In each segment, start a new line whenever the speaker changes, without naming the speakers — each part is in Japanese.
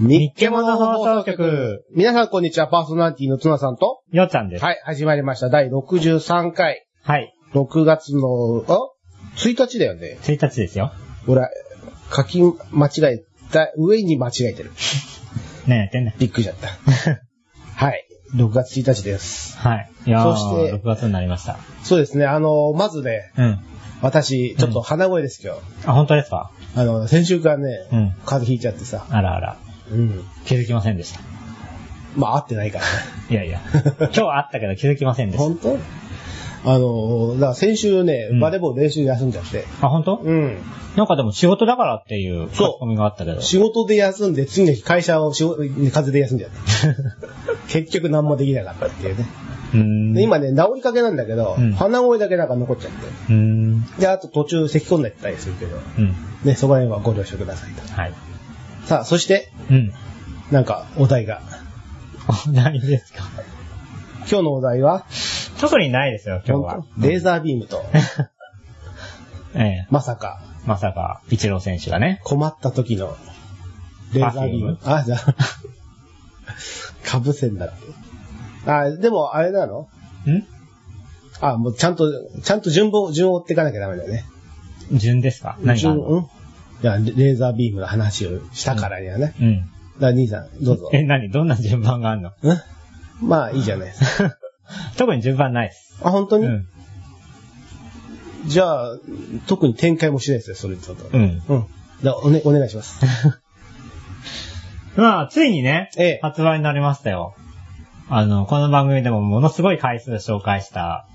日
日ケモノ放送局、
皆さんこんにちは、パーソナリティのつなさんと、
よっちゃんです。
はい、始まりました。第63回、
はい。
6月の、あ ?1 日だよね。
1日ですよ。
俺、書き間違えた、上に間違えてる。
何やってんね
びっくりしちゃ った。はい、6月1日です。
ん。はい。いやー
そして
6月になりました。
そうですね、あの、まずね、
うん。
私、ちょっと鼻声です、今日。
あ、本当ですか
あの、先週からね、
うん
風邪ひいちゃってさ。
あらあら。
うん。
気づきませんでした。
まあ、合ってないからね。
いや いや。今日あったけど気づきませんでし
本当あの、だから先週ね、
うん
バレーボール練習休んじゃって。
た。あ、本当？
うん。
なんかでも仕事だからっていう書き込みがあったけど。
仕事で休んで、次の日会社を仕事、風邪で休んじゃ って。結局何もできなかったっていうね。
うーん。
で、今ね、治りかけなんだけど、
うん
鼻声だけなんか残っちゃっ
うーん。
て。で、あと途中咳き込んだりったりするけど、
うん。
ね、そこら辺はご了承くださいと。
はい。
さあ、そして、
うん。
なんか、お題が。
あないですか
今日のお題は、
特にないですよ、今日は
本。当レーザービームと、
ええ。
まさか、
まさか、イチロー選手がね。
困った時の、レーザービーム。あ、じゃあ、 かぶせんだって。あ、でも、あれなの
ん
あ、もうちゃんと、ちゃんと順番、順を追っていかなきゃダメだよね。
順ですか何があ
順、
るの
うんいや、レレーザービームの話をしたからにはね。
うん。
だから兄さん、どうぞ。
え、何どんな順番があるの
うんまあ、いいじゃないですか。
特に順番ないです。
あ、本当
う
に、
ん。
じゃあ、特に展開もしないですよ、それちょっと。
うん。
うん。だお,、ね、お願いします。
まあ、ついにね、
ええ
発売になりましたよ。あの、この番組でもものすごい回数紹介した、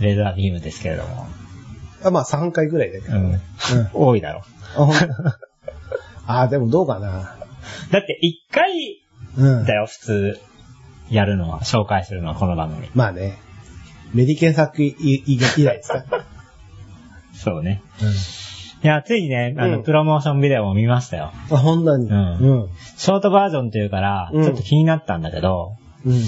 レーザービームですけれども。
あまあ、3回ぐらいだけ
う
ど
ん
ね。。
多いだろ。
あほん あ、でもどうかな。
だって、一回
うん
だ。よ、普通、やるのは、紹介するのはこの番組。
まあね。メディケン作以以以来ですか。
そうね。
う
いや、ついにね、あの、
うん
プロモーションビデオを見ましたよ。
ん。あ、ほんなに。
うん
うん。
ショートバージョンっていうから、ち
うん
ょっと気になったんだけど、
うん。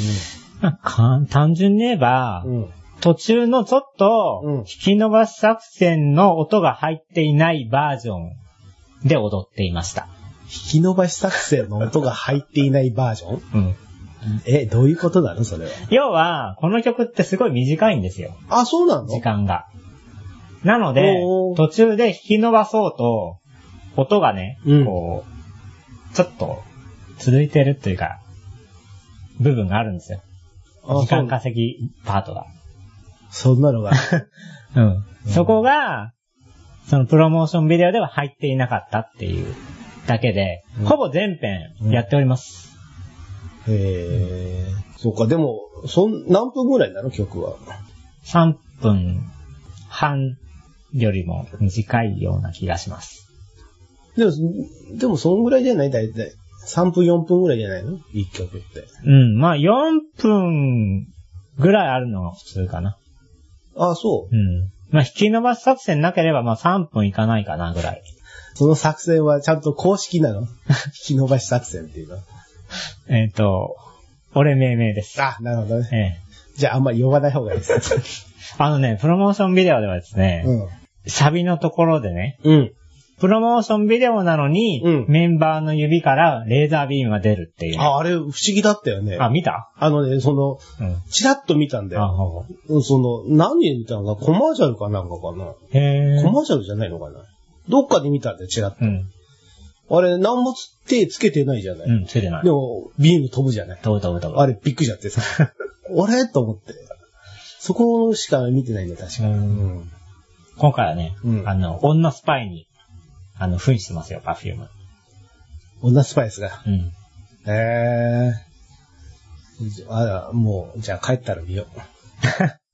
まあかん単純に言えば、
うん。うん
途中のちょっ
うん
と、引き伸ばし作戦の音が入っていないバージョンで踊っていました。
引き伸ばし作戦の音が入っていないバージョン
うん。
え、どういうことなのそれは。
要は、この曲ってすごい短いんですよ、
あ、そうなの
時間が。なので
おー、
途中で引き伸ばそうと、音がね、
うん
こう、ちょっと、続いてるというか、部分があるんですよ。
あ
時
そう
間
なの
稼ぎパートが。
そんな のが。
うん。そこが、そのプロモーションビデオでは入っていなかったっていうだけで、
うん
ほぼ全編やっております。
へー。そうか、でも、そん、何分ぐらいなの曲は。
3分半よりも短いような気がします。
でも、でもそんぐらいじゃない大体。3分、4分ぐらいじゃないの一曲って。
うん。まあ4分ぐらいあるのが普通かな。
あ、そう
う。ん。まあ引き伸ばし作戦なければまあ3分いかないかなぐらい。
その作戦はちゃんと公式 なの引き伸ばし作戦っていうのは。
えっ、と、俺命名です。
あ、なるほどね。
ええ。
じゃああんまり呼ばない方がいいです。
あのね、プロモーションビデオではですね、
うん。
サビのところでね、
うん。
プロモーションビデオなのに、
うん
メンバーの指からレーザービームが出るっていうね、
あ、あれ不思議だったよね。
あ、見た
あのね、その、
うん。
チラッと見たんだ
あ、
よ。
ほ
うんその、何で見たのかコマーシャルかなんかかな。
う。へ
コ
ー。
マーシャルじゃないのかな。どっかで見たんだよ、チラッと。
うん。
あれ、何も手つけてないじゃない。
うん、ついてない
で。も、ビーム飛ぶじゃない。
飛ぶ飛ぶ飛ぶ。
あれ、びっくりしちゃ ってさ。あれと思って。そこしか見てないんだよ、確か
う
に。
ん
うん
今回はね、
うん
あの、女スパイに、あの、扮してますよ、パフューム。
女スパイスが。
うん。
へえー。あら、もう、じゃあ帰ったら見よ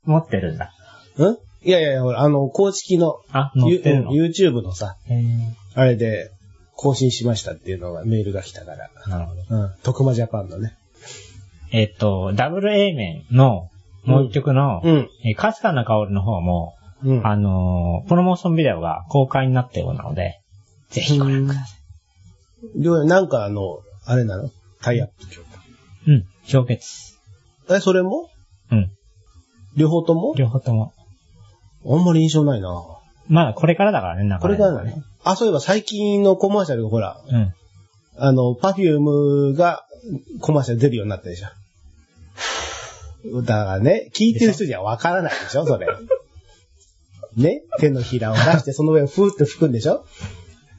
持ってるんだ。
う。んいやいやいや、ほら、あの、公式の、
あ、持ってるの。へ
YouTube のさ、
ー
あれで、更新しましたっていうのが、メールが来たから。
なるほど。
うん。徳間ジャパンのね。
えっと、ダブル A 面の、もう一曲の、
ん。
えかすかな香りの方も、
うん。
あのープロモーションビデオが公開になったようなので、ぜひご覧ください。
りょうやなんかあの、あれなのタイアップ曲。
うん、氷結。
え、それも
うん。
両方とも
両方とも。
あんまり印象ないな
まだこれからだからね、なんか
これからだね。。あ、そういえば最近のコマーシャルがほら、
うん。
あの、パフュームがコマーシャル出るようになったでしょ。だからね、聞いてる人じゃわからないでしょ、それ。ね、手のひらを出して、その上をふーって吹くんでしょ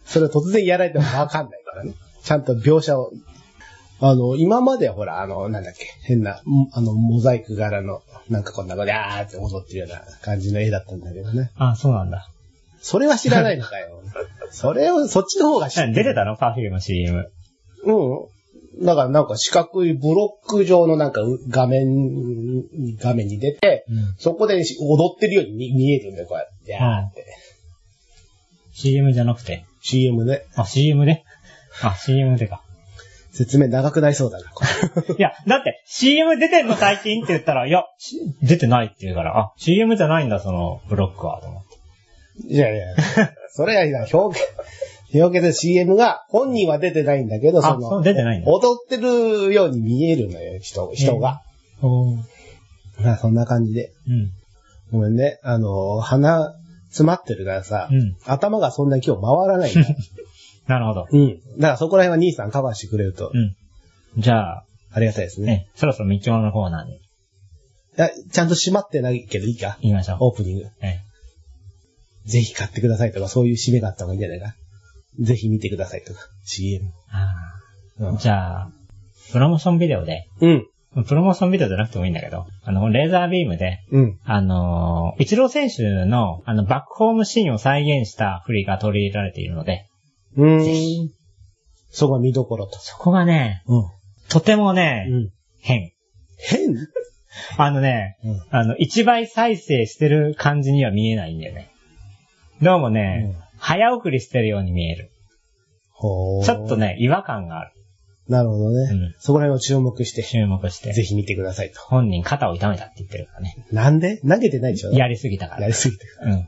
それを突然やられてもわかんないからね。ちゃんと描写を。あの、今まではほら、あの、なんだっけ、変な、んあの、モザイク柄の、なんかこんなことで、あーって踊ってるような感じの絵だったんだけどね。
あ、そうなんだ。
それは知らないのかよ。それを、そっちの方が知ってる
出てたの ?Perfume の CM。
うん。だからなんか四角いブロック状のなんかう画面、画面に出て、
うん。
そこでし踊ってるように見見えるんだよ、こうやって。やーって
CM じゃなくて。
CM ね。
あ、CM であ、CM でか。
説明長くなりそうだな、これ
いや、だって CM 出てんの最近って言ったら、いや、し出てないって言うから、あ、CM じゃないんだ、そのブロックは、と思って。
いやいや、それが表現、表現で CM が本人は出てないんだけど、
あ
そ
そ
の、
う出てないんだ
踊ってるように見えるのよ、人人が。
おうん。
まあそんな感じで。
うん。
ごめんね、あの、鼻詰まってるからさ、
うん
頭がそんなに今日回らないんだ。
なるほど。
うん。だからそこら辺は兄さんカバーしてくれると
うん。じゃあ、
ありがたいですね。
ね、そろそろ三つのコーナーに
いやちゃんと閉まってないけどいいか
行きましょ
オープニング。
う。え
ぜひ買ってくださいとか、そういう締めがあった方がいいんじゃないかな。ぜひ見てくださいとか、CM。
あ
う
ー
ん。
じゃあ、プロモーションビデオで、
うん。
プロモーションビデオじゃなくてもいいんだけど、あの、レーザービームで、
うん。
あのー、イチロー選手の、あの、バックホームシーンを再現した振りが取り入れられているので、
う
ぜ
ーん
ひ。
そこが見どころと。
そこがね、
う
とてもね、
うん。
変。
変うん。
あのね、あの、一倍再生してる感じには見えないんだよね。どうもね、
うん
早送りしてるように見える。
ほー
ちょっと。ね、違和感がある。
なるほどね。
うん
そこら辺を注目して、ぜ
注目して。
ひ見てくださいと。
本人肩を痛めたって言ってるからね。
なんで投げてないでしょ
やりすぎたか
や
ら。
りすぎて。
うん。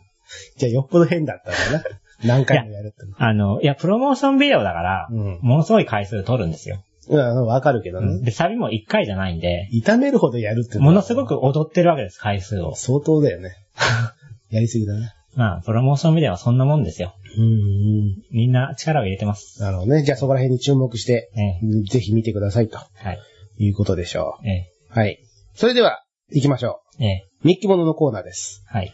じゃあよっぽど変だった んだな。何回もやるっての。
あの、いや、プロモーションビデオだから、
うん
ものすごい回数撮るんですよ。
うん、わかるけどね。
で、サビも1回じゃないんで、
痛めるほどやるって
ものすご
く
く踊ってるわけです、回数を。
相当だよね。 やりすぎだね。
まあ、プロモーションビデオはそんなもんですよ。
うんうん。
みんな力を入れてます。
なるほどね。じゃあそこら辺に注目して、
ね
ぜひ見てくださいと
はい。
いうことでしょ
え
う。はい。それでは、行きましょ
え、ええ、
う。日記物のコーナーです。
はい。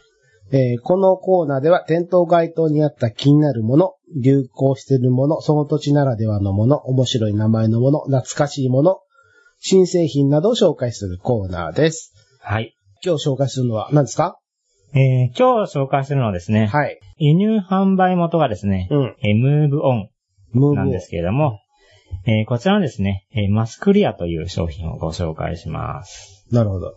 えーこのコーナーでは、店頭街頭にあった気になるもの、流行しているもの、その土地ならではのもの、面白い名前のもの、懐かしいもの、新製品などを紹介するコーナーです。
はい。
今日紹介するのは何ですか
えー、今日紹介するのはですね、
はい。
輸入販売元がですね、
うん。
えー、ムーブオン
ムー
なん
ブ
ですけれども、えー、こちらのですね、えー、マスクリアという商品をご紹介します。
なるほど。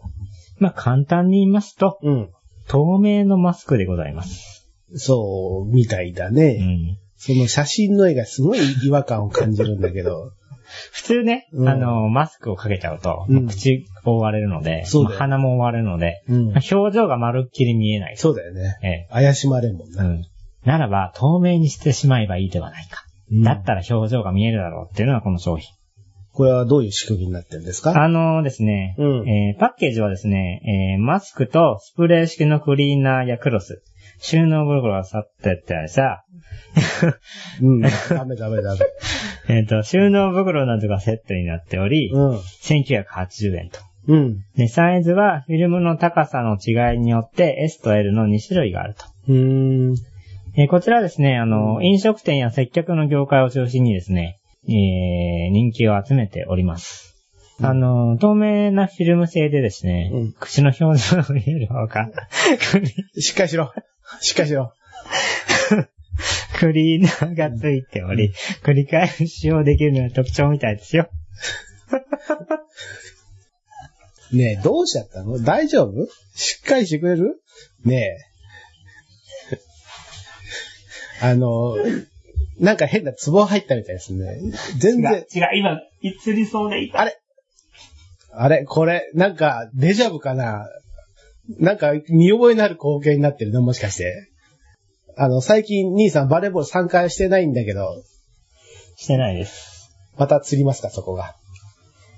まあ、簡単に言いますと、
うん。
透明のマスクでございます。
そう、みたいだ
う
ね。
ん。
その写真の絵がすごい 違和感を感じるんだけど。
普通ね、
うん
あの、マスクをかけちゃうと、
うん
口覆われるので、
そうだよ
まあ鼻も覆われるので、
うん
まあ表情がまるっきり見えない。
そうだよね。
ええ
怪しまれんもん
う
な。
ん。ならば、透明にしてしまえばいいではないか。
うん
だったら表情が見えるだろうっていうのがこの商品。
これはどういう仕組みになってるんですか
あのですね、
うん
えーパッケージはですね、えーマスクとスプレー式のクリーナーやクロス、収納袋がさってってさ、
うん。ダメダメダメ。
えっ、と、収納袋などがセットになっており、
うん。
1980円と。
うん。
で、サイズはフィルムの高さの違いによって S と L の2種類があると。
うーん。
えーこちらですね、あの、飲食店や接客の業界を中心にですね、えー人気を集めております。あの、透明なフィルム製でですね、
うん
口の表情が見えるほか、 クリ
しっかりしろ。 しっかりしろ。
クリーナーがついており、繰り返し使用できるのが特徴みたいですよ。
ねえ、どうしちゃったの大丈夫しっかりしてくれるねえ。あの、なんか変な壺入ったみたいですね。全然、
今、いつりそうでいた。
あれあれこれ、なんか、デジャブかななんか、見覚えのある光景になってるのもしかして。あの、最近、兄さんバレーボール参加してないんだけど、
してないです。
また釣りますか、そこが。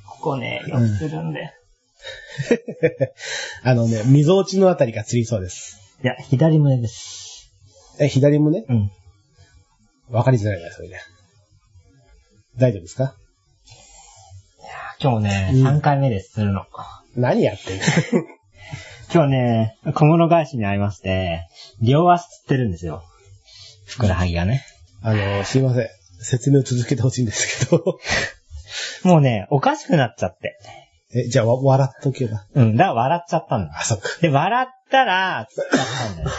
ここね、
よく
するんで。
あのね、溝落ちのあたりが釣りそうです。
いや、左胸です。
え、左胸
うん。
わかりづらいな、それね。大丈夫ですか
今日ね、
うん
3回目です、するの。
何やってんの
今日ね、小物返しに会いまして、両足つってるんですよ。ふくらはぎがね。
あの、すいません。説明を続けてほしいんですけど。
もうね、おかしくなっちゃって。
え、じゃあ、わ笑っとけば。
うん、だから笑っちゃったんだ。
あ、そっか。
で、笑ったら、つっちゃったんだよ。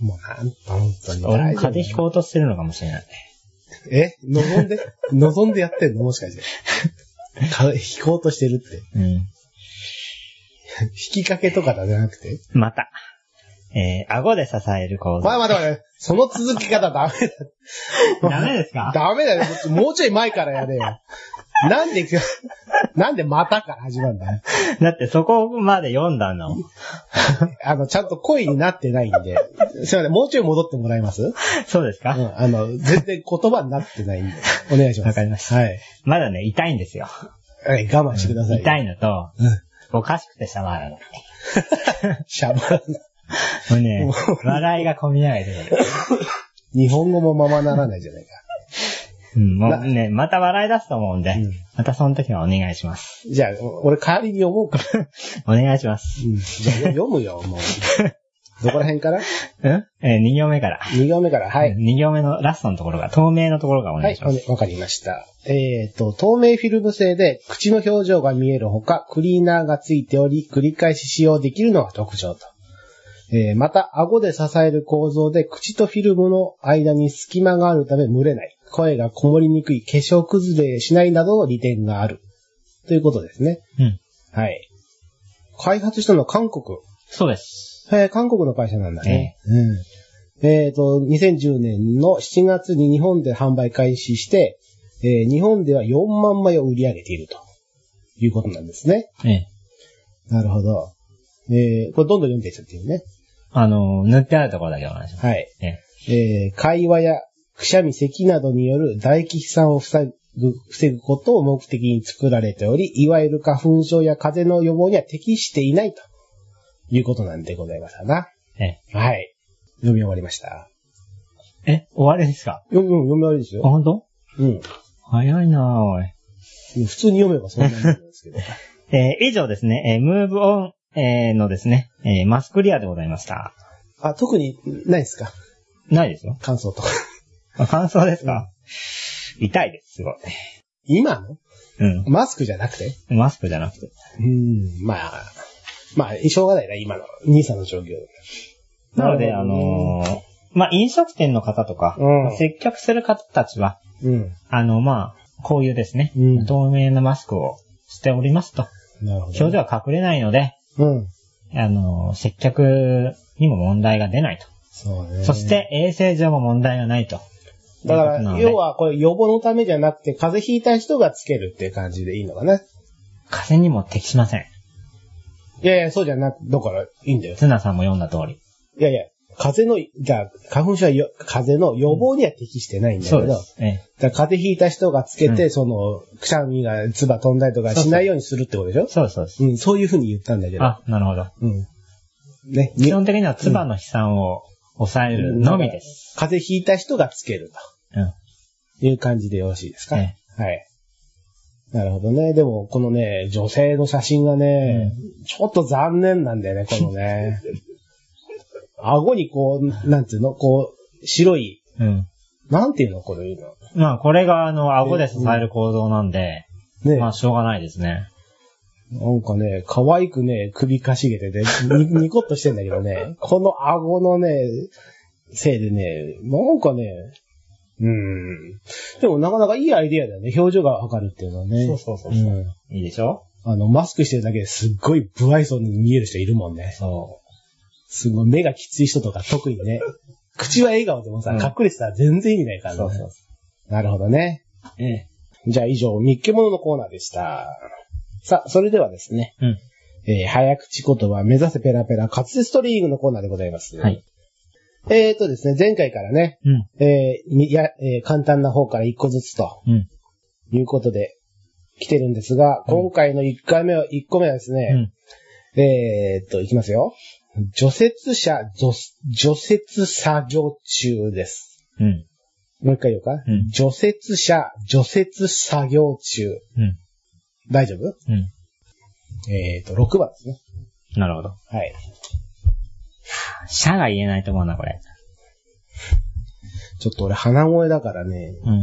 もうなんと、本当に。
俺も風邪ひこうとしてるのかもしれない。
え望んで望んでやってんのもしかして。風邪ひこうとしてるって。
うん。
引きかけとかじゃなくて。
また。えー、顎で支える構造。
まあまあでもね、その続き方ダメ
ダメです
だ。
か
ダメだよ。もうちょい前からやれよ。なんで、なんでまたから始まるんだよ。
だってそこまで読んだの。
あの、ちゃんと恋になってないんで。すいません、もうちょい戻ってもらえますうん、
そうですか、
あの、全然言葉になってないんで。お願いします。
わかりました
はい。
まだね、痛いんですよ。
はい、我慢してください。
痛
い。
いのと、
う
おかしくてしゃばらな
ん。
い。
しゃばらん
もうね、笑いが込み上げてくる。
日本語もままならないじゃないか。
うん、もうね、また笑い出すと思うんで、
うん
またその時はお願いします。
じゃあ、俺代わりに読もうか。
お願いします。
うん。じゃ あ、読むよ、もう。どこら辺から
うんえー、2行目から。
?2 行目から。はい。
2行目のラストのところが、透明のところがお
は
願い
い
します。、
わかりました。えっ、と、透明フィルム製で口の表情が見えるほか、クリーナーがついており、繰り返し使用できるのが特徴と。えーまた、顎で支える構造で口とフィルムの間に隙間があるため蒸れない。声がこもりにくい、化粧崩れしないなどの利点がある。ということですね。
うん。
はい。開発したのは韓国。
そうです。
えー韓国の会社なんだね。うん。えっ、と、2010年の7月に日本で販売開始して、えー日本では4万枚を売り上げているということなんですね。
ええ。
なるほど。えーこれどんどん読んでいっちゃってるね。
あのー、塗ってあるところだけお願いします。
はい。
ええ。
えー会話やくしゃみ、咳などによる唾液飛散を防ぐ、防ぐことを目的に作られており、いわゆる花粉症や風邪の予防には適していないということなんでございますな。
え
はい。読み終わりました。
え。え、終わりですか
読む、読み悪いです
あ、
よ。
ほんと
うん。
早いなぁ、おい。
普通に読めばそんなもんなんですけ ど。
えー以上ですね、えームーブオン、えーのですね、えーマスクリアでございました。
あ、特にないですか
ないですよ。
感想とか。
あ感想ですか、痛いです、すごい。
今の
う
マスクじゃなくて
ん。マスクじゃなくて。
うん、まあ、まあ、しょうがないな、今の。兄さんの状況。
なので、
な
あ
るほどね
のーまあ、飲食店の方とか、
うん
接客する方たちは、
うん。
あの、まあ、こういうですね、
うん
透明なマスクをしておりますと、
なるほ
表情
ど。
は隠れないので、
うん。
あのー接客にも問題が出ないと。
そうね。
そし、て、衛生上も問題がないと。
だか
いうことなの
ら、
で
要はこれ予防のためじゃなくて、風邪ひいた人がつけるっていう感じでいいのかな。い
風邪にも適しません。
やいや、そうじゃなく、だから、いいんだよ。
ツナさんも読んだ通り。
いやいや、風邪の、じゃあ花粉症はよ風邪の予防には適してないんだけど、
そうです。ええ
だから風邪ひいた人がつけて、
う
その、くしゃみが唾飛んだりとかしないようにするってことでしょ
そうですそうです。
うん、そういうふうに言ったんだけど。
あ、なるほど。
うん。ね、
基本的には唾の飛散を抑えるのみです。
風邪ひいた人がつける
うん。
という感じでよろしいですか、
え
はい。なるほどね。でも、このね、女性の写真がね、ちょっと残念なんだよね、この ね。顎にこう、なんていうのこう、白い、
うん。
なんていうのこれいうの。
まあ、これが、あの、顎で支える構造なんで、
ね、
まあ、しょうがないですね。
なんかね、可愛くね、首かしげてて、に、 ニコッとしてんだけどね、この顎のね、せいでね、なんかね、うーん。でもなかなかいいアイディアだよね。表情がわかるっていうのはね。
そうそう
うん。
いいでしょ
あの、マスクしてるだけですっごい不愛想に見える人いるもんね。
そ
すごい目がきつい人とか特にね。 口は笑顔でもさ、
うん
隠れてたら全然意味ないか
う。
らね。
そうそうそ
なるほどね。
う。え
じゃあ以上、三っけもののコーナーでした。さあ、それではですね。
うん
えー早口言葉、目指せペラペラ、滑舌トリーグのコーナーでございます。
え。は。い。
えーとですね、前回からね、
うん。
えーみや、えー簡単な方から一個ずつと
うん。
いうことで来てるんですが、
うん
今回の一回目は、一個目はです
う
ね、
ん。
えーと、いきますよ。除雪車、除除雪作業中です。
うん。
もう一回言おうか。
うん
除雪車、除雪作業中。
うん。
大丈夫
うん。
えっ、ー、と、6番ですね。
なるほど。
はい。
社が言えないと思うな、これ。
ちょっと俺鼻声だからね、
うん。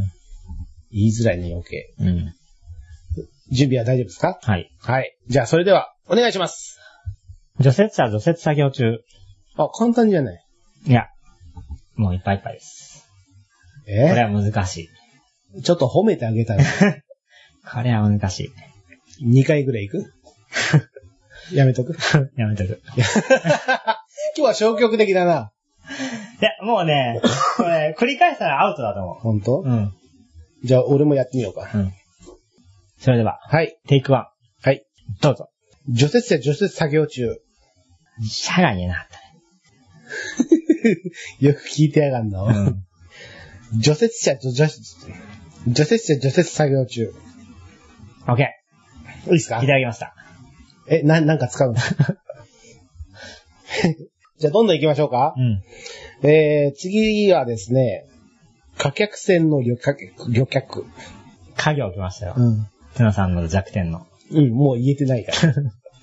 言いづらいね、余計。
うん。
準備は大丈夫ですか
はい。
はい。じゃあ、それでは、お願いします。
除雪車除雪作業中。
あ、簡単じゃない。
いや、もういっぱいいっぱいです。これ
え
は難しい。
ちょっと褒めてあげ たら、
これは難しい。
2回ぐらい行 くやめとく。
やめとく。
今日は消極的だな。
いや、もうね、これ、繰り返したらアウトだと思
ほんと
う。うん。
じゃあ、俺もやってみようか。
うん。それでは、
はい。
テイクワ
はい。
ン。どうぞ。
除雪車除雪作業中。
シャが言えなかっ
よく聞いてやがんな。
たね。うん。
除雪車除除除雪車除雪作業中。い
オッケ
いです
ー。
か
いただきました。
え、な、なんか使 うのじゃあ、どんどん行きましょうか
う。ん。
えー、次はですね、貨客船の旅客、旅客。
家業来ましたよ。
ん。
テナさんの弱点の。
うん、もう言えてないから。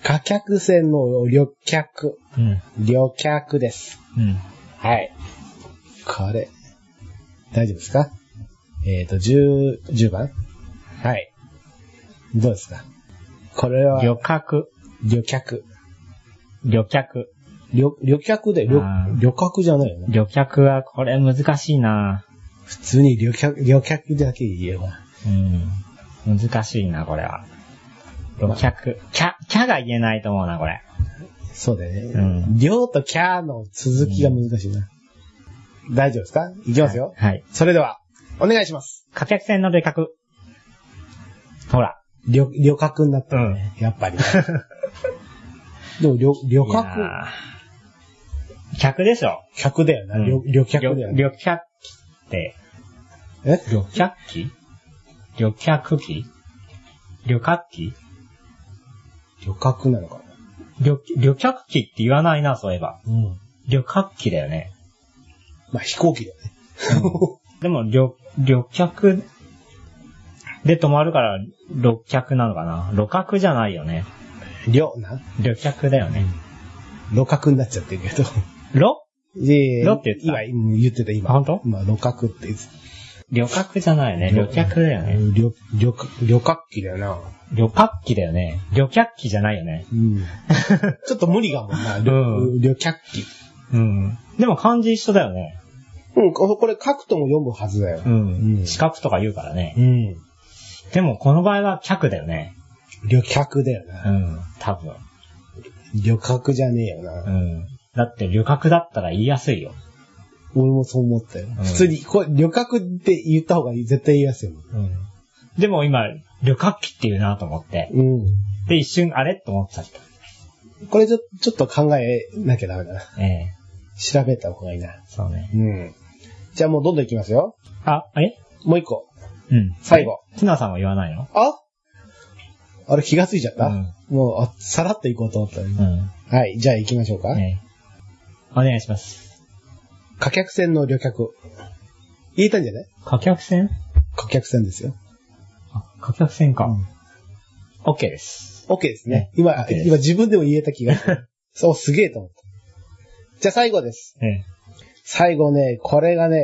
貨客船の旅客。
うん。
旅客です。
うん。
はい。これ。大丈夫ですかえっ、ー、と、10、10番はい。どうですかこれは、
旅客、
旅客。
旅客。
旅、旅客で、旅
あ、ー
旅客じゃないよね。
旅客は、これ難しいな
普通に旅客、旅客だけ言えば。
うん。難しいな、これは。旅客。キャ、キャが言えないと思うな、これ。
そうだよね。
うん
りょうとキャーの続きが難しいな。大丈夫ですかいきますよ。
はい。
それでは、お願いします。
貨客船の旅客。ほら。
旅、旅客になった、
うん。
やっぱり ね。でも、旅、旅
いや
客、
ー客でしょ。
客だよな。旅、旅客だよ
旅
な。
旅客機って、
え
旅客機旅客機旅客機
旅客なのかな
旅、旅客機って言わないな、そういえば。
うん。
旅客機だよね。
まあ、飛行機だよね。
でも、旅、旅客で止まるから、六客なのかな旅客じゃないよね。
旅な。
旅客だよね。
旅客になっちゃってるけど。
ろ
で、
だって言ってた
今、うん言ってた、今。
あ本当
まあ、旅客って言ってた
旅客じゃないよね。旅客だよね。
旅、旅客、旅客機だよな。
旅客機だよね。旅客機じゃないよね。
うん。ちょっと無理がもんな。旅、
うん
旅客機。
うん。でも漢字一緒だよね。
うん、ここれ書くとも読むはずだよ。うん
ん四角とか言うからね。
うん。
でもこの場合は客だよね。
旅客だよ
う
な。
ん。多分。
旅客じゃねえよ
う
な。
ん。だって旅客だったら言いやすいよ。
俺もそう思ったよ。
ん
普通に、これ、旅客って言った方が絶対言いやすいもん。
うん。でも今、旅客機っていうなと思って。
う
で、一瞬あれと思っちゃっ
ん。これちょ、ちょっと考えなきゃダメだな。
た。ええ
調べた方がいいな。
そうね。
うん。じゃあもうどんどんいきますよ。
あ、あれ
もう一個。
うん。
最後。
ティナさんは言わないの
ああれ気がついちゃった、
うん
もうあ、さらっといこうと思ったのに
うん。
はい、じゃあ行きましょうか。
ええお願いします。
貨客船の旅客。言えたんじゃない
貨客船
貨客船ですよ。
あ、貨客船か。
うん
オッケーです。
OK ですね。今、
OK です
今自分でも言えた気がす る。そう、すげえと思った。じゃあ最後です。
ええ
最後ね、これがね、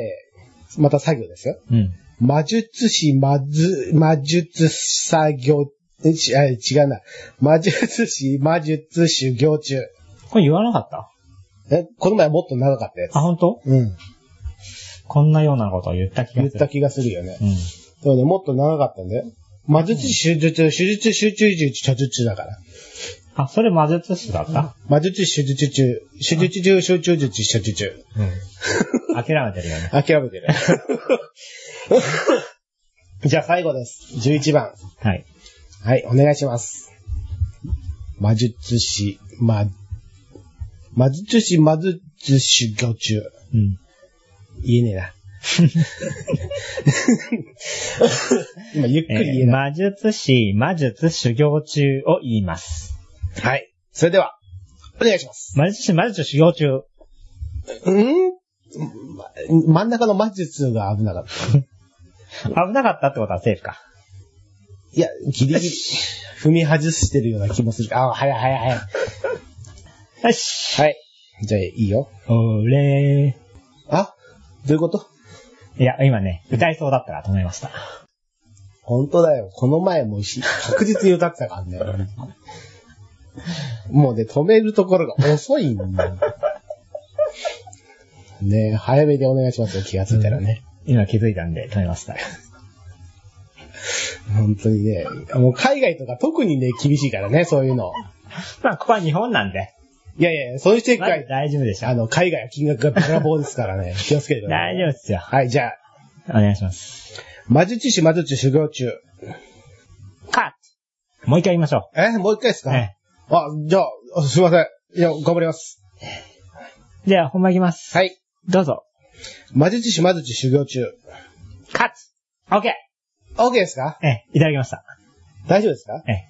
また作業ですよ。
うん。
魔術師、魔術、魔術作業、えちあ違うな。魔術師、魔術修行中。
これ言わなかった
え、この前もっと長かったやつ
あ、。本当？
うん。
こんなようなことを言った気が
言
す
っ
る。
た気がするよね。
うん。
でもね、もっと長かったんだよ。魔術師、手術、手術、集中中、手術中だから。
あ、それ魔術師だった
魔術師、手術中、手術中、集中中、手術中。
うん。諦めてるよね。
諦めてる。じゃあ最後です。11番。
はい。
はい、お願いします。魔術師、ま、魔術師、魔術修行中。
うん。
言えねえな。今、ゆっくり言え
えー
な
魔術師、魔術修行中を言います。
い。はい。それでは、お願いします。
魔術師、魔術修行中。
うん真ん中の魔術が危なかった。
危なかったってことはセーフか。
いや、ギリギリ、踏み外してるような気もする。あ、早い早い早い。
よし。
はい。じゃあ、いいよ。
俺
あどういうこと
いや、今ね、歌いそうだったなと思いました。
本当だよ。この前もひ確実に歌ってたからね。もうね、止めるところが遅いんだよ。ねえ早めでお願いしますよ、気がついたらね。
今気づいたんで止めました。
本当にね、もう海外とか特にね、厳しいからね、そういうの。
まあ、ここは日本なんで。
いやいや、そういう世
まあ
界、
大丈夫でしょ
あ。の、海外は金額がバラボーですから ね、気をつけてください。
大丈夫っすよ。
はい、じゃあ、
お願いします。
魔術師魔術師修行中。
カットもう一回言いましょ
えもう一回です
う。
か、
え
あ、じゃああ、すいません。いや、頑張ります。
えでは、本番いきます。
はい。
どうぞ。
魔術師魔術師修行中。
カットオッケ
OK ですか
ーええ、いただきました。
大丈夫ですか
ええ。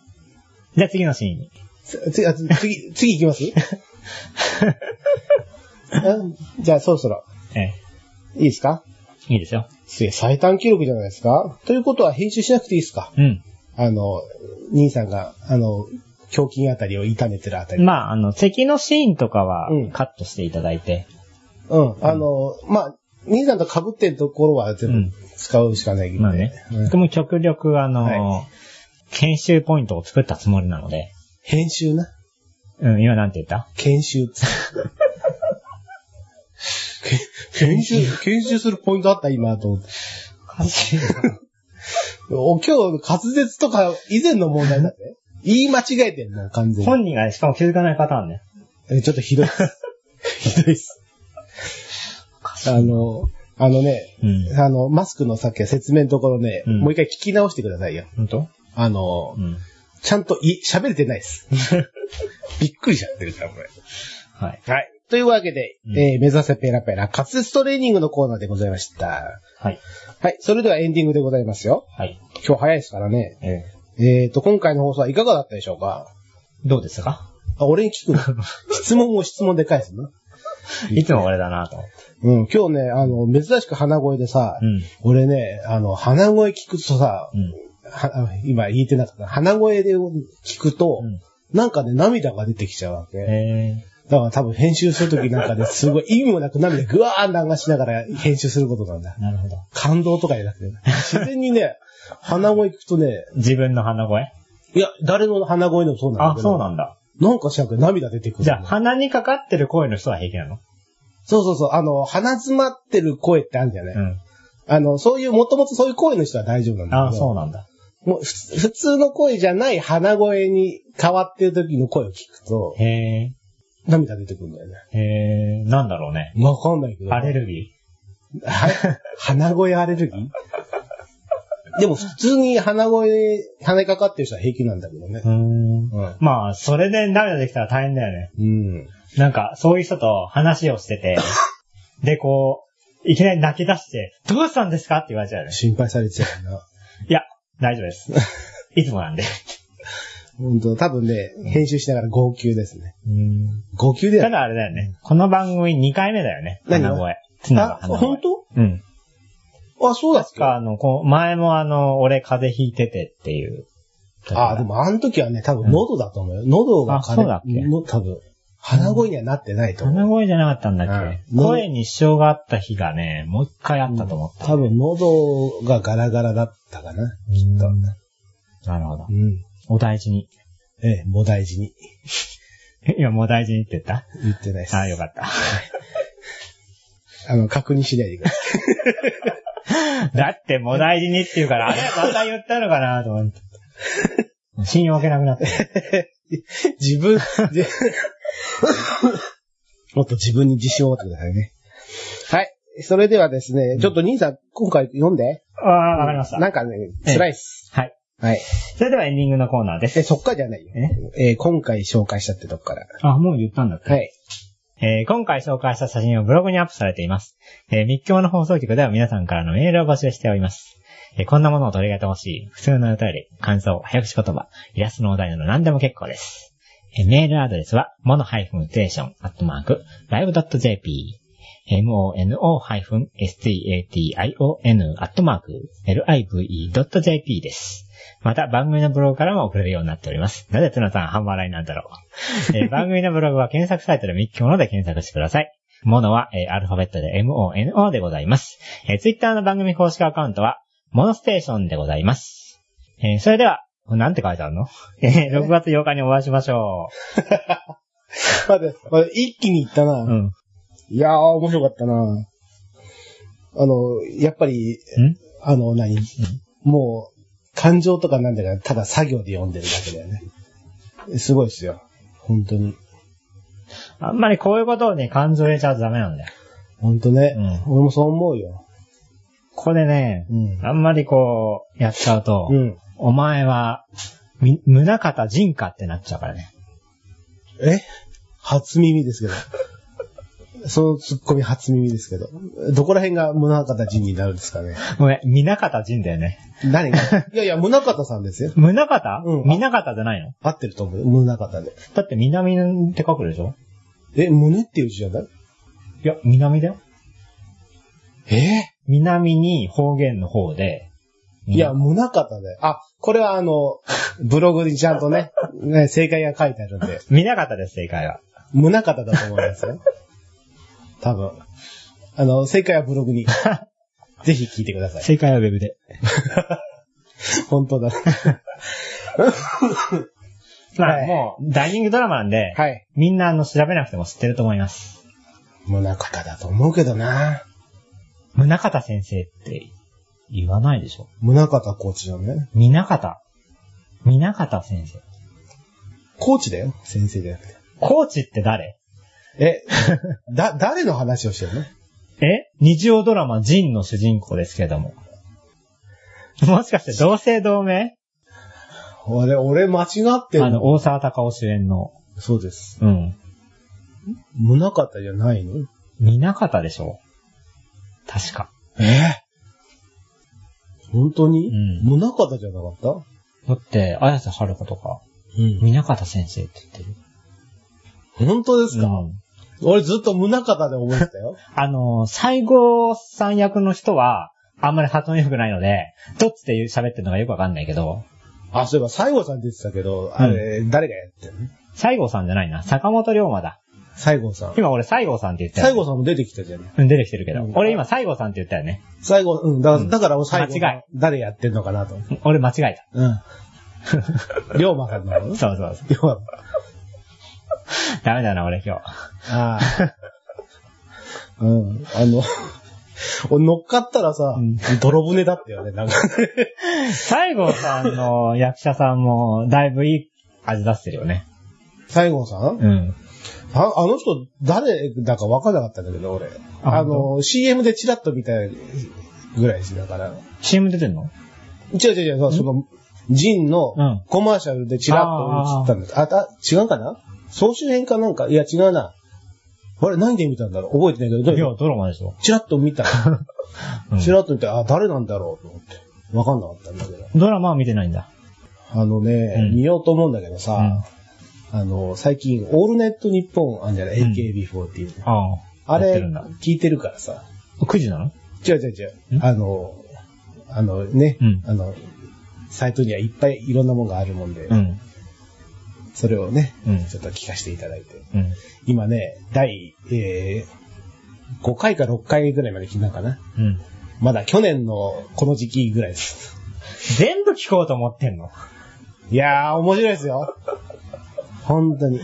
じゃあ次のシーンに。
つ次、あつ次、 次行きますうんじゃあ、そろそろ。
ええ、
いいですか
いいですよ。
すげえ、最短記録じゃないですかということは、編集しなくていいですか
うん。
あの、兄さんが、あの、胸筋あたりを痛めてるあたり。
まあ、あの、咳のシーンとかは
うん
カットしていただいて。
うん。あの、まあ、兄さんと被ってるところは
う
全
ん
部。使うしかないけど
まあね。
うん
僕も極力、あの、
は
研修ポイントを作ったつもりなので。
編集な。
うん、今なんて言 った
研修っつって。け 研修、研修するポイントあった今と思って。お今日、滑舌とか以前の問題だ って。言い間違えてんの、完全に。
本人がしかも気づかないパターンね。
えちょっとひど いっす。ひどいっす。あの、あのね、
うん。
あの、マスクのさっきの説明のところね、
うん
もう一回聞き直してくださいよ。
本当
あの
う、ん。
ちゃんとい喋れてないっ す。びっくりしちゃってるから、これ。
はい。
はい。というわけで、
うん
えー目指せペラペラ滑舌トレーニングのコーナーでございました。
はい。
はい。それではエンディングでございますよ。
はい。
今日早いですからね。
ええ
えーと、今回の放送はいかがだったでしょうか
どうですか
あ、俺に聞く の質問を質問で返すの
いつも俺だなと思って。
うん。今日ね、あの、珍しく鼻声でさ、
うん。
俺ね、あの、鼻声聞くとさ、
うん。
はあ今言えてなかった。鼻声で聞くと、
うん
なんかね、涙が出てきちゃうわけ。
え
だから多分編集するときなんか ね、すごい意味もなく涙ぐわー流しながら編集することなんだ
え。なるほど。
感動とかじゃなくて、自然にね、鼻声聞くとね、
自分の鼻声
いや、誰の鼻声でもそうなんだ
あ、
けど。
そうなんだ。
なんかしなくて涙出てくる。
じゃあ、鼻にかかってる声の人は平気なの
そうそうそう、あの、鼻詰まってる声ってあるんじゃない、
うん。
あの、そういう、もともとそういう声の人は大丈夫なんだけど。
あ、そうなんだ。
もうふつ普通の声じゃない鼻声に変わってる時の声を聞くと、
へえ。
涙出てくるんだよね。
へえ。なんだろうね。
わかんないけど。
アレルギ
は 鼻声アレルギーでも普通に鼻声、鼻にかかってる人は平気なんだけどね
ー。うん。
う
まあ、それで涙できたら大変だよね。
ん。うん。
なんか、そういう人と話をし てて、で、こう、いきなり泣き出して、どうしたんですかって言われちゃうよね。
心配されちゃうな。
いや、大丈夫です。いつもなんで。
本当多分ね、編集しながら号泣ですね。
うん。
号泣で
ただあれだよね。この番組2回目だよね。
何
鼻声。つなが
あ、
鼻声
本。当
うん。
あ、そうだっ
確
け
か、あの、こう、前もあの、俺風邪ひいててっていう。
あ、で。もあの時はね、多分喉だと思うよ。喉が
あそうだっけ
の多分、鼻声にはなってないと思う。
鼻声じゃなかったんだっけ、
うん
声に支障があった日がね、もう一回あったと思った。
多分喉がガラガラだったかな。
き
っと
なるほど
う。ん。
お大事に。
ええ、もう大事に。
今もう大事にって言った
言ってないです。
ああ、よかった。
あの、確認しないでください。
だって、もだいじにって言うから、あれまた言ったのかなと思って。 信用置けなくなった。
自分、で もっと自分に自信を持ってくださいね。はい。それではですね、ちょっと兄さん、今回読んで。
ああ、わかりました。
なんかね、辛いっす。
はい。
はい。
それではエンディングのコーナーで
え、
す。
そっからじゃないよ。えー今回紹介したってとこから。
あ、もう言ったんだっけ
はい。
えー今回紹介した写真をブログにアップされています。えー密教の放送局では皆さんからのメールを募集しております。えーこんなものを取り上げてほしい、普通のお便り、感想、早口言葉、イラストのお題など何でも結構です。えーメールアドレスは、mono-station-live.jp。 mono-station-live.jp です。また、番組のブログからも送れるようになっております。なぜツナさん半笑いなんだろ う。えー番組のブログは検索サイトでミッキモノで検索してください。モノは、えーアルファベットで mono でございます。えー、ツイッターの番組公式アカウントは、モノステーションでございます。えーそれでは、なんて書いてあるのえー ?6 月8日にお会いしましょ
待って、待って一気に行ったな。
う。うん。
いやー、面白かったな。あの、やっぱり、
ん
あの、何、もう、感情とかなんだか、ただ作業で読んでるだけだよね。すごいですよ。本当に。
あんまりこういうことをね、感情入れちゃうとダメなんだよ。
本当ね。
う
俺もそう思うよ。
ここでね、
うん。
あんまりこう、やっちゃうと、
うん。
お前は、み、胸方人かってなっちゃうからね。
え初耳ですけど。 そのツッコミ初耳ですけど。どこら辺が宗方仁になるんですかね。
ごめん、胸方人だよね。
誰 がいやいや、宗方さんですよ。
胸方
うん
胸方じゃないの
合ってると思うよ。宗方で。
だって南って書くでしょ
え、胸っていう字じゃない
いや、南だよ。
え
南に方言の方で。
いや、、胸方で。あ、これはあの、ブログにちゃんとね、 ね正解が書いてあるんで、
胸方です、正解は。
胸方だと思いますよ。多分。あの、正解はブログ に。ぜひ聞いてください。
正解はウェブで。
本当だ。
ま
は
あ、
い
もう、ダイニングドラマなんで、
はい。
みんなあの、調べなくても知ってると思います。
胸方だと思うけどな。
胸方先生って言わないでしょ
宗方コーチだね。
皆方。皆方先生。
コーチだよ。先生じゃなくて。
コーチって誰
え、だ、誰の話をしてるの
え日曜ドラマ、ジンの主人公ですけども。もしかして同姓同名
俺、俺間違って
あ
る
の、大沢隆夫主演の。
そうです。
うん。
宗方じゃないの
皆方でしょ確か。
え本当に
うん
宗方じゃなかった
だって、綾瀬はるかとか、
うん。
皆方先生って言ってる。
本当ですか、
うん
俺ずっと宗方で覚えてた よ。
あの、西郷さん役の人は、あんまり発音良くないので、どっちで喋ってるのかよくわかんないけど、
あ、そういえば西郷さん出てたけど、あれ、誰がやってるの
西郷さんじゃないな。坂本龍馬だ。
西郷さん。
今俺西郷さんって言ったよね
西郷さんも出てきたじゃん。
うん、出てきてるけど
う。ん
俺今、西郷さんって言ったよね。
西郷、うん、だか
う
ら、
ん
だから俺西郷さ
間違
ん、誰やってんのかなと。
俺間違え
うん。龍馬さんなの
た。
龍
そうそうそう。
馬。
ダメだな、俺今日。
ああ。うん。あの、 俺乗っかったらさ、
うん
泥船だったよね、なん か。
西郷さんの役者さんも、だいぶいい味出してるよね。
西郷さん
うん。
ああの人、誰だか分からなかったんだけど、俺。
あ
あの、CM でチラッと見たぐらいですだから。
CM 出てんの
違う違う違う、その、ジンの
うん
コマーシャルでチラッと映ったんだ。ああ、違うかな総集編かなんかいや、違うな。あれ、何で見たんだろう覚えてないけどどう
い
い
や
う、
ドラマでしょ。
チラッと見た。
うん
チラッと見て、あ、誰なんだろうと思って。分かんなかったんだけど。
ドラマは見てないんだ。
あのね、
うん
見ようと思うんだけど
うん。あ
さ、あの、最近、オールネット日本あんじゃない、
うん
?AKB48。
あ。
あ
やっ
れ
てるんだ、
聞いてるからさ。
9時なの
違う違う違う。
ん
あの、あのね、
うん
あの、サイトにはいっぱいいろんなものがあるもんで、
うん。
それをね、
うん
ちょっと聞かせていただいて。
うん。
今ね、第、えー、5回か6回ぐらいまで聞いたのかな。
うん。
まだ去年のこの時期ぐらいです。
全部聞こうと思ってんの。
いやー、面白いですよ。本当に。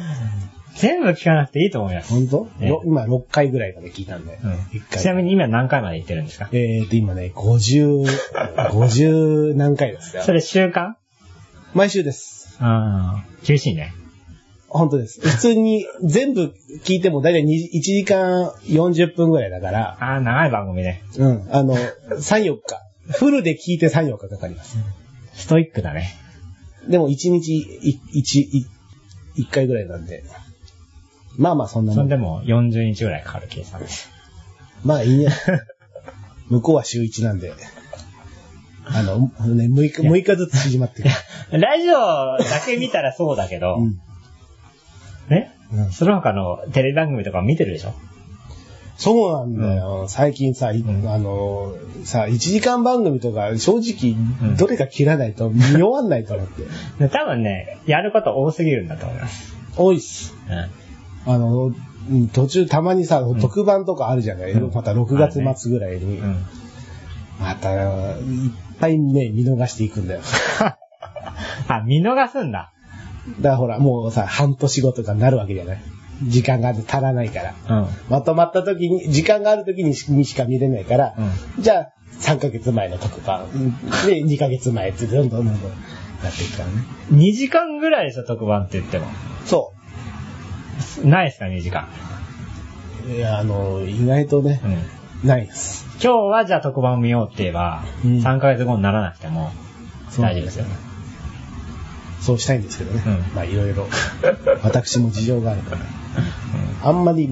全部聞かなくていいと思います。
本当、
ええ
ろ今6回ぐらいまで聞いたんで。
うん
一。回
ちなみに今何回まで言ってるんですか
えーと、今ね、50、50何回ですよ
そ。れ習慣
毎週です。
ああ。厳しいね。
本当です。普通に全部聞いても大体に1時間40分ぐらいだから、
ああ、長い番組ね。
うん、あの、3、4日。フルで聞いて3、4日かかります。
ストイックだね。
でも1日1、1回ぐらいなんで。まあまあそんな
そ
も
ん
ん。
でも40日ぐらいかかる計算です。
まあいいや。 向こうは週1なんで。あの、ね、6日、6日ずつ縮まってくる。
ラジオだけ見たら そうだけど、
うん。
ね
うん
その他のテレビ番組とか見てるでしょ
そうなんだよ。最近さ、い
うん
あの、さ、1時間番組とか、正直
う、ん
どれか切らないと見終わんないと思って。
で多分ね、やること多すぎるんだと思います。
多いっす。
うん。
あの、うん途中たまにさ、
ん
特番とかあるじゃない、
うん
また6月末ぐらいに。
うん。
また、いっぱいね、見逃していくんだ よ。
あ、見逃すんだ。
だからほら、もうさ、半年後とかになるわけじゃない時間が足らないから。
うん。
まとまった時に、時間がある時にしにしか見れないから、じゃあ、3ヶ月前の特番、で、2ヶ月前ってどんどんどんどんなっていくからね。
2時間ぐらいでしょ、特番って言っても。
そ
ないですか、2時間。
う。いや、あの、意外とね
う、ん。
ないです。
今日はじゃあ特番を見ようって言えば、
うん
3ヶ月後にならなくても、大丈夫ですよね。
そうしたいんですけどね。
うん
まあ、いろい ろ、私も事情があるから。あんまり、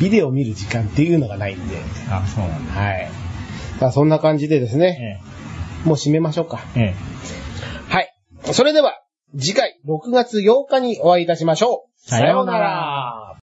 ビデオ見る時間っていうのがないんで、
うんあ、そうなんだ。
はい。まあ、そんな感じでですね、
え
もう締めましょうか。
え。ええ。
はい。それでは、次回6月8日にお会いいたしましょう。
さようなら。